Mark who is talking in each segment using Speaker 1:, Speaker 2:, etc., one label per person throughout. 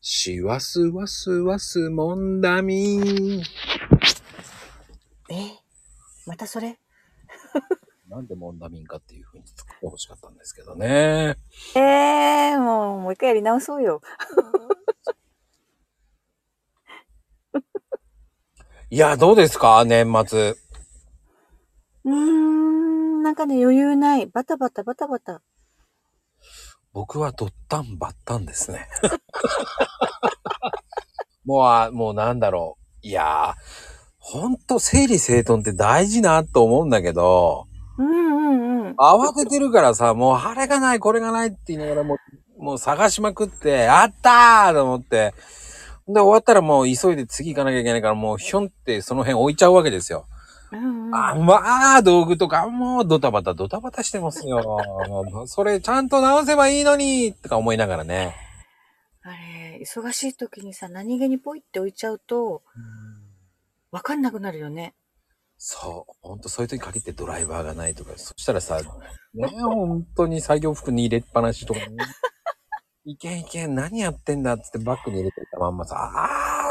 Speaker 1: しわすわすわすもんだみー。
Speaker 2: えまたそれ
Speaker 1: なんでモンダミンかっていう風に作ってほしかったんですけどね。
Speaker 2: ええー、もう、もう一回やり直そうよ。
Speaker 1: いや、どうですか年末。
Speaker 2: うーん、なんかね、余裕ない。バタバタバタバタ。
Speaker 1: 僕はドッタンバッタンです ね。もうあ、もうなんだろう。いやー、ほんと整理整頓って大事なと思うんだけど、
Speaker 2: うんうんうん。
Speaker 1: 慌ててるからさ、もうあれがない、これがないって言いながらもう、もう探しまくって、あったーと思って、で、終わったらもう急いで次行かなきゃいけないから、もうひょんってその辺置いちゃうわけですよ。
Speaker 2: うんうん、
Speaker 1: あ、まあ、道具とか、もうドタバタ、ドタバタしてますよ。もうそれちゃんと直せばいいのに、とか思いながらね。
Speaker 2: あれ、忙しい時にさ、何気にポイって置いちゃうと、わかんなくなるよね。
Speaker 1: そう、ほんとそういう時に限ってドライバーがないとか、そしたらさ、ね、本当に作業服に入れっぱなしとかね。いけんいけん、何やってんだっつってバッグに入れてたまんまさ、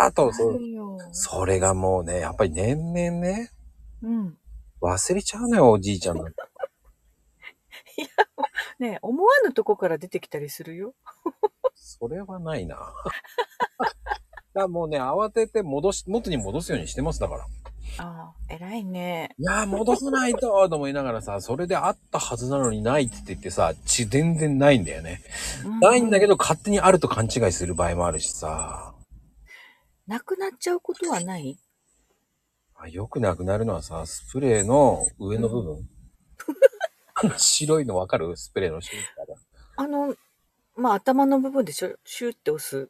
Speaker 1: あーっと、そ
Speaker 2: あ
Speaker 1: う
Speaker 2: るよ。
Speaker 1: それがもうね、やっぱり年々ね、
Speaker 2: うん。
Speaker 1: 忘れちゃうのよ、おじいちゃんの。
Speaker 2: ね思わぬとこから出てきたりするよ。
Speaker 1: それはないな。だからもうね、慌てて戻し、元に戻すようにしてます、だから。
Speaker 2: ああ、偉いね。
Speaker 1: いやー、戻さないとと思いながらさ、それであったはずなのにないって言ってさ、ち、全然ないんだよね。ないんだけ
Speaker 2: ど。
Speaker 1: ど、勝手にあると勘違いする場合もあるしさ。
Speaker 2: なくなっちゃうことはない
Speaker 1: あよくなくなるのはさ、スプレーの上の部分。 白いのわかるスプレーの白いから。
Speaker 2: あの、まあ、頭の部分でしょ、シューって押す。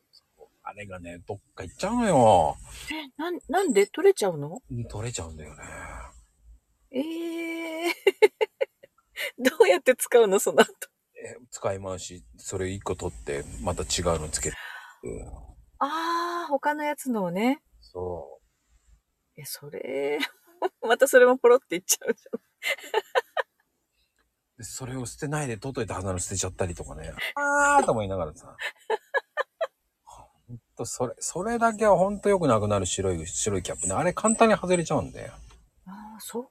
Speaker 1: あれがね、どっか行っちゃうのよ。
Speaker 2: え、なん、なんで取れちゃうの
Speaker 1: うん取れちゃうんだよね。
Speaker 2: ええ どうやって使うのその後。
Speaker 1: え使い回し、それ一個取って、また違うのつける。うん
Speaker 2: ああ、他のやつのをね。
Speaker 1: そ
Speaker 2: え、それ、 またそれもポロっていっちゃうじ
Speaker 1: う。でそれを捨てないで取っといたはずなの捨てちゃったりとかね。あーと思いながらさ。ほんと、それ、それだけはほんとよくなくなる白い、白いキャップね。あれ簡単に外れちゃうんだよ。
Speaker 2: ゃん。ああ、そうか。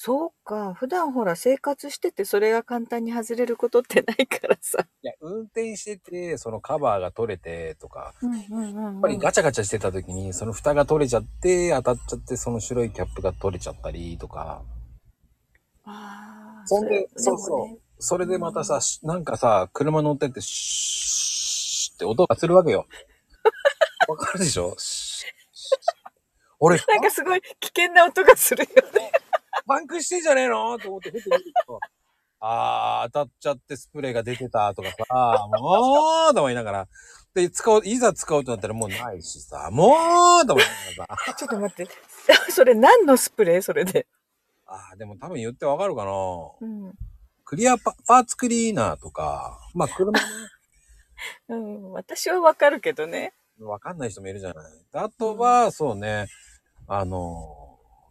Speaker 2: そうか。普段ほら生活しててそれが簡単に外れることってないからさ。
Speaker 1: いや、運転してて、そのカバーが取れてとか、
Speaker 2: うんうんうん、
Speaker 1: やっぱりガチャガチャしてた時に、その蓋が取れちゃって、当たっちゃって、その白いキャップが取れちゃったりとか。
Speaker 2: ああ、
Speaker 1: そんで、
Speaker 2: れ
Speaker 1: そう
Speaker 2: もね
Speaker 1: そう。それでまたさ、しなんかさ、車乗ってて、シーって音がするわけよ。わかるでしょシー俺、
Speaker 2: なんかすごい危険な音がするよね。
Speaker 1: パンクしてんじゃねえのと思って、ふと見ると、 あー、当たっちゃってスプレーが出てたとかさ、もう、と思いながら。で、使おう、いざ使おうとなったらもうないしさ、もう、と思いながらさ。
Speaker 2: ちょっと待って。 それ何のスプレーそれで。
Speaker 1: あー、でも多分言ってわかるかな
Speaker 2: うん。
Speaker 1: クリアパパーツクリーナーとか、まあ車ね、
Speaker 2: うん。私はわかるけどね。
Speaker 1: わかんない人もいるじゃない。あとは、そうね、あの、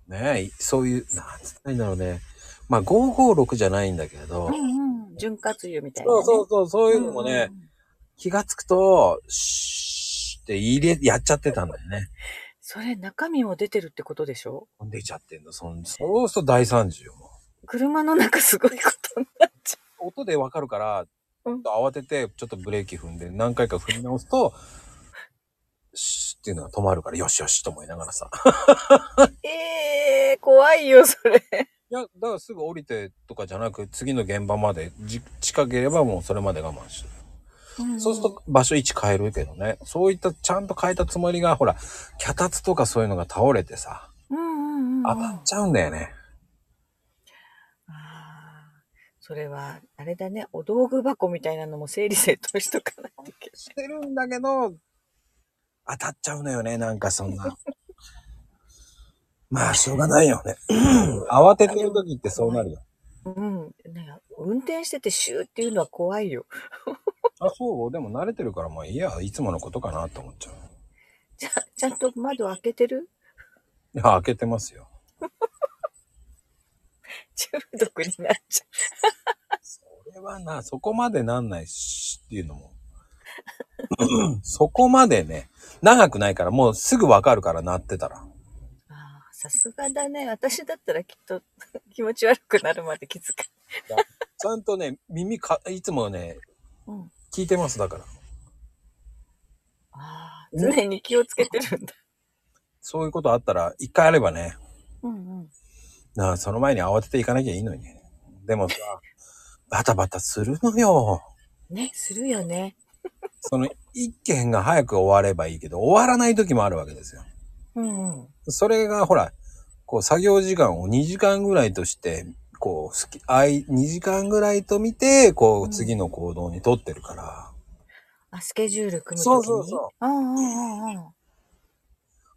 Speaker 1: ね、そういう、なんつったらいいんだろうね。まあ556じゃないんだけど、
Speaker 2: うんうん。潤滑油みたいな、
Speaker 1: そ
Speaker 2: ね。
Speaker 1: うそうそう、そう
Speaker 2: う
Speaker 1: いうのもね、
Speaker 2: んうん
Speaker 1: 気がつくと、シーって入れ、やっちゃってたんだよね。
Speaker 2: それ中身も出てるってことでしょ
Speaker 1: 出ちゃってんの。そんそうすると大惨事よ。も
Speaker 2: 車の中すごいこと になっちゃ
Speaker 1: う音でわかるから、ち
Speaker 2: う
Speaker 1: ょっ
Speaker 2: ん
Speaker 1: と慌てて、ちょっとブレーキ踏んで、何回か踏み直すと、シーっていうのが止まるから、よしよしと思いながらさ。
Speaker 2: う。ええー、怖いよ、それ。
Speaker 1: いや、だからすぐ降りてとかじゃなく、次の現場までじ近ければもうそれまで我慢してそうすると場所位置変えるけどね。そういったちゃんと変えたつもりが、ほら、脚立とかそういうのが倒れてさ、
Speaker 2: うん、うんうんうん。
Speaker 1: 当たっちゃうんだよね。
Speaker 2: あーそれは、あれだね、お道具箱みたいなのも整理整頓しとかないといけ
Speaker 1: してるんだけど、当たっちゃうのよね、なんかそんな。 まあ、しょうがないよね。慌ててる時ってそうなるよ。
Speaker 2: ない。うん。ね、運転しててシューっていうのは怖いよ。
Speaker 1: あ、そうでも慣れてるから、まあいいや、いつものことかなって思っちゃう。
Speaker 2: ちゃちゃんと窓開けてる
Speaker 1: いや、開けてますよ。
Speaker 2: 中毒になっちゃ
Speaker 1: それはな、そこまでなんないしっていうのも。
Speaker 2: う。
Speaker 1: そこまでね、長くないから、もうすぐわかるから、鳴ってたら。
Speaker 2: ああ、さすがだね。私だったらきっと 気持ち悪くなるまで気づか
Speaker 1: ちゃんとね、耳か、いつもね、
Speaker 2: ない。うん。
Speaker 1: 聞いてます、だから。
Speaker 2: ああ、常に気をつけてるんだ。
Speaker 1: そういうことあったら、一回あればね、
Speaker 2: うんうん。
Speaker 1: なあその前に慌てていかなきゃいいのに。でもさ、バタバタするのよ。
Speaker 2: ね、するよね。
Speaker 1: その一件が早く終わればいいけど、終わらない時もあるわけですよ。
Speaker 2: うんうん。
Speaker 1: それがほら、こう作業時間を2時間ぐらいとして、こう、好き、あい、2時間ぐらいと見て、こ
Speaker 2: う
Speaker 1: う、
Speaker 2: ん
Speaker 1: 次の行動にとってるから。
Speaker 2: あ、スケジュール組むとき
Speaker 1: そうそう
Speaker 2: に。
Speaker 1: そう。
Speaker 2: う。うんうんうんうん。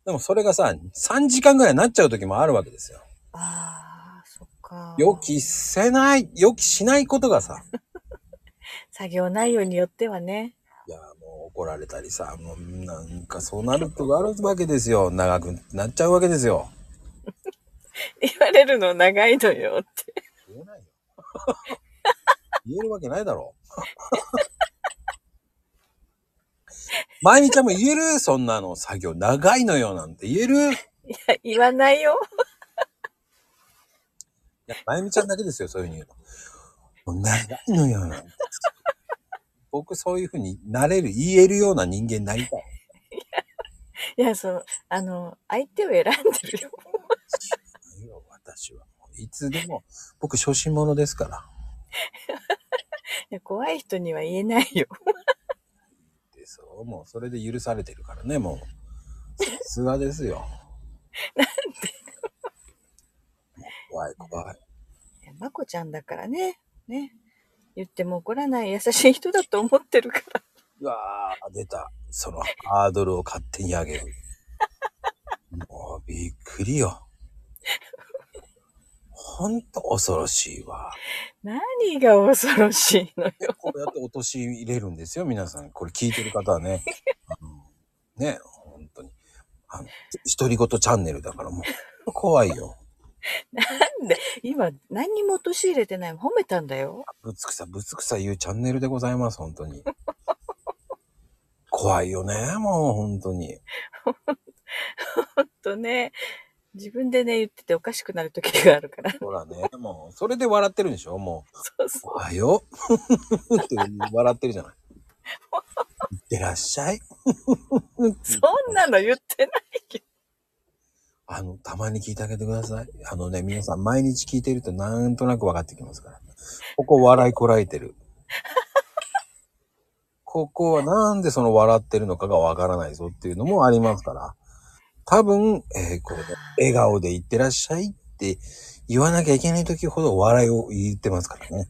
Speaker 1: でもそれがさ、3時間ぐらいになっちゃう時もあるわけですよ。
Speaker 2: ああ、そっか。
Speaker 1: 予期せない、予期しないことがさ、
Speaker 2: 作業内容によってはね。
Speaker 1: いや、もう怒られたりさ、もうなんかそうなるとがあるわけですよ。長くなっちゃうわけですよ。
Speaker 2: 言われるの長いのよって。
Speaker 1: 言えないよ。 言えるわけないだろ う。まゆみちゃんも言えるそんなの作業長いのよなんて言えるい
Speaker 2: いや、 言わないよ。
Speaker 1: や、まゆみちゃんだけですよ、そういうふうに言うの。もう長いのよなんて。僕そういうふうになれる、言えるような人間になりたい。
Speaker 2: いや、その、あの、相手を選んでるよ。
Speaker 1: いや私は。いつでも、僕初心者ですから。
Speaker 2: いや怖い人には言えないよ。
Speaker 1: でそう、もうそれで許されてるからね、もう。さすがですよ。なんで怖い怖い。
Speaker 2: いやまこちゃんだからね。ね。言っても怒らない優しい人だと思ってるから。
Speaker 1: うわー、出た。そのハードルを勝手に上げる。もうびっくりよ。ほんと恐ろしいわ。
Speaker 2: 何が恐ろしいのよ。
Speaker 1: こうやって陥れるんですよ、皆さん。これ聞いてる方はね。あのね、本当に。あの、独り言チャンネルだからもう、怖いよ。
Speaker 2: なんで、今何にも陥れてない。褒めたんだよ。
Speaker 1: ぶつくさぶつくさ言うチャンネルでございます、本当に。 怖いよね、もう本当に。
Speaker 2: ほんとね。自分でね、言ってておかしくなる時があるから。
Speaker 1: ほらね、もう、それで笑ってるんでしょも
Speaker 2: そうそう
Speaker 1: う、。おはよ う。って笑ってるじゃない。 いってらっしゃい。
Speaker 2: そんなの言ってないけど。
Speaker 1: あの、たまに聞いてあげてください。あのね、皆さん、毎日聞いてるとなんとなく分かってきますから。ここ笑いこらえてる。 ここはなんでその笑ってるのかがわからないぞっていうのもありますから。多分、えーこれで、笑顔でいってらっしゃいって言わなきゃいけない時ほど笑いを言ってますからね。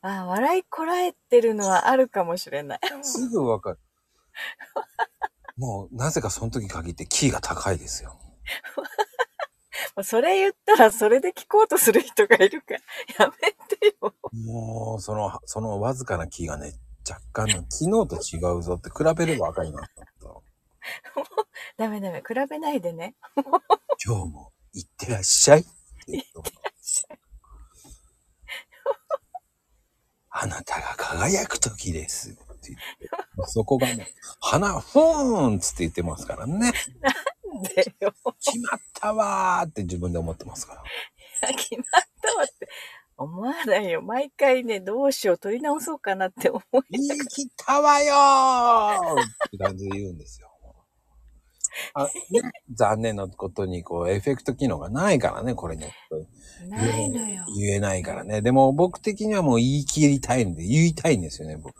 Speaker 2: ああ、笑いこらえてるのはあるかもしれない。
Speaker 1: すぐわかる。もう、なぜかその時限ってキーが高いですよ。
Speaker 2: もうそれ言ったらそれで聞こうとする人がいるから、やめてよ。
Speaker 1: もう、その、そのわずかな木がね、若干の、昨日と違うぞって比べれば赤いなと。
Speaker 2: ダメダメ、比べないでね。
Speaker 1: 今日も行ってらっしゃいって言うとあなたが輝く時ですって言って。そこがね、花、ふーんっつって言ってますからね。
Speaker 2: でよ。
Speaker 1: 決まったわーって自分で思って ますから。
Speaker 2: 決まったわって。思わないよ。毎回ね、どうしよう、取り直そうかなって思う。
Speaker 1: 言い切ったわよーって感じで言うんですよ。あね、残念なことに、こう、エフェクト機能がないからね、これね。
Speaker 2: ないのよ。
Speaker 1: 言えないからね。でも僕的にはもう言い切りたいんで、言いたいんですよね、 僕。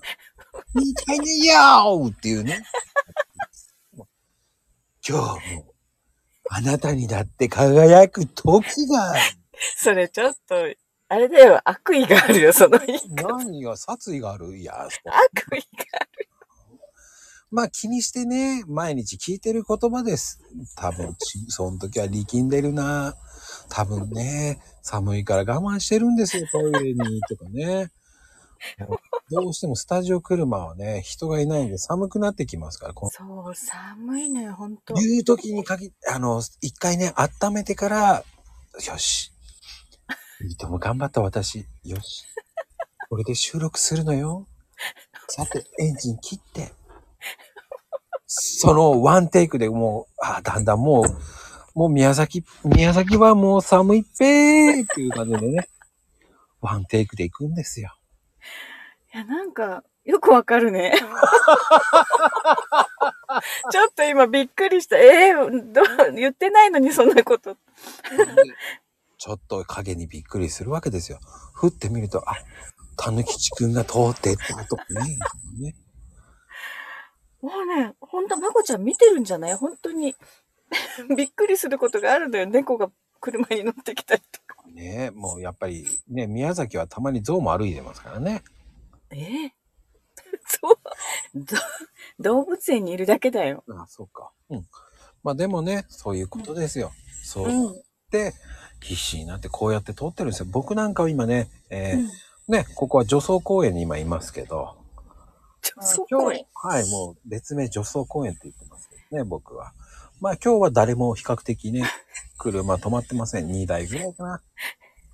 Speaker 1: 言いたいねよーっていうね。今日も、あなたにだって輝く時が、
Speaker 2: それちょっと、あれだよ、悪意があるよ、その言い 方。
Speaker 1: 何が殺意があるいや、そう
Speaker 2: 悪意が。
Speaker 1: まあ気にしてね、毎日聞いてる言葉です。多分、ちその時は力んでるな。多分ね、寒いから我慢してるんですよ、トイレに。とかね。どうしてもスタジオ車はね、人がいないんで寒くなってきますから、こ
Speaker 2: そう、寒いのよ、ほんと
Speaker 1: の。言う時に限って、あの、一回ね、温めてから、よし。いいとも頑張った私、よし。これで収録するのよ。さて、エンジン切って。そのワンテイクでもう、ああ、だんだんもう、もう宮崎、宮崎はもう寒いっぺーっていう感じでね、ワンテイクで行くんですよ。
Speaker 2: いや、なんか、よくわかる ね。ちょっと今びっくりした。えーどう言ってないのにそんなこと。
Speaker 1: ちょっと影にびっくりするわけですよ。ふってみると、あ、たぬきちくんが通ってったとかね。ね
Speaker 2: もうね、ほんと、まこちゃん見てるんじゃない本当に。 びっくりすることがあるのよ。猫が車に乗ってきたりとか。
Speaker 1: ねえもうやっぱりね、宮崎はたまに象も歩いてますからね。
Speaker 2: えー、そう。ど動物園にいるだけだよ。。
Speaker 1: ああ、そうか。うん。まあでもね、そういうことですよ。そううんやって、必死になってこうやって通ってるんですよ。僕なんかは今ね、えー
Speaker 2: うん
Speaker 1: ね、ここは女装公園に今いますけど、
Speaker 2: そう
Speaker 1: 今
Speaker 2: こ
Speaker 1: 日、はい、もう別名女装公園って言ってますけどね、僕は。まあ今日は誰も比較的 ね、車止まってません。2台ぐらいかな。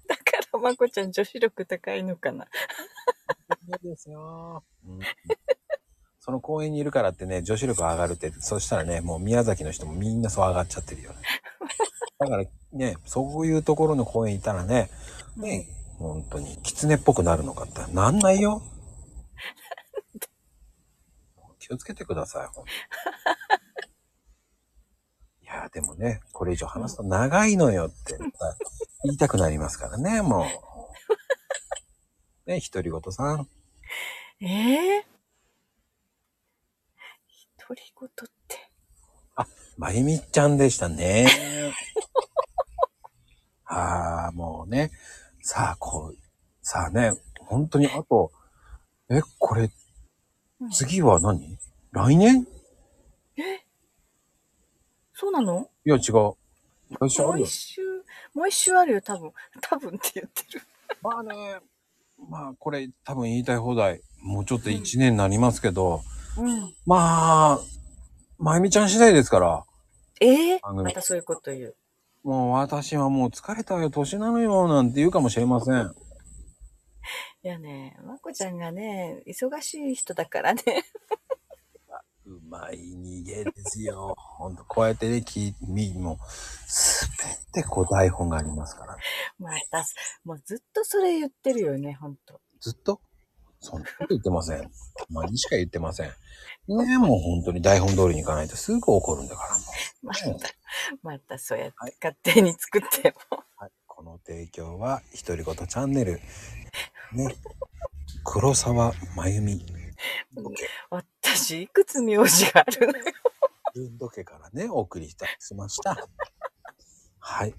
Speaker 2: だからまこちゃん女子力高いのかな。
Speaker 1: そうですよ。うん、その公園にいるからってね、女子力上がるって、そしたらね、もう宮崎の人もみんなそう上がっちゃってるよね。だからね、そういうところの公園いたらね、ね、本当に狐っぽくなるのかって、なんないよ。気をつけてください、ほんといやーでもね、これ以上話すと長いのよってまた言いたくなりますからね、もう。ね、独り言さん。
Speaker 2: ええ独り言って。
Speaker 1: まゆみちゃんでしたね。 ああ、もうね。さあ、こう、さあね、本当に、あと、え、これ
Speaker 2: う、ん
Speaker 1: 次は何来年い
Speaker 2: そうなの
Speaker 1: や、違う。来週あ
Speaker 2: もう
Speaker 1: るよ
Speaker 2: 一。周、もう一周あるよ、多分。 多分って言ってる。
Speaker 1: まあね、まあ、これ、多分言いたい放題、もうちょっと1年になりますけど、
Speaker 2: うん。
Speaker 1: まあ、まゆみちゃん次第ですから、
Speaker 2: ええ
Speaker 1: あの
Speaker 2: またそういうこと言う。
Speaker 1: もう私はもう疲れたよ、年なのよ、なんて言うかもしれません。
Speaker 2: いやね、まこちゃんがね、忙しい人だからね。
Speaker 1: うまい逃げですよ。 ほんと、こうやってね、き、み、もう、すべてこう台本がありますから。
Speaker 2: また、もうずっとそれ言ってるよね、ほんと。
Speaker 1: ずっと、そんなこと言ってません。たまにしか言ってません。ねえ、もう本当に台本通りにいかないとすぐ怒るんだから、も
Speaker 2: ま
Speaker 1: う。
Speaker 2: た、またそうやって勝手に作って。
Speaker 1: はい、この提供は、ひとりごとチャンネル。ね。黒沢真由美。
Speaker 2: 私、いくつ名字があるのよ。
Speaker 1: ルンド家からね、お送りいたしました。はい。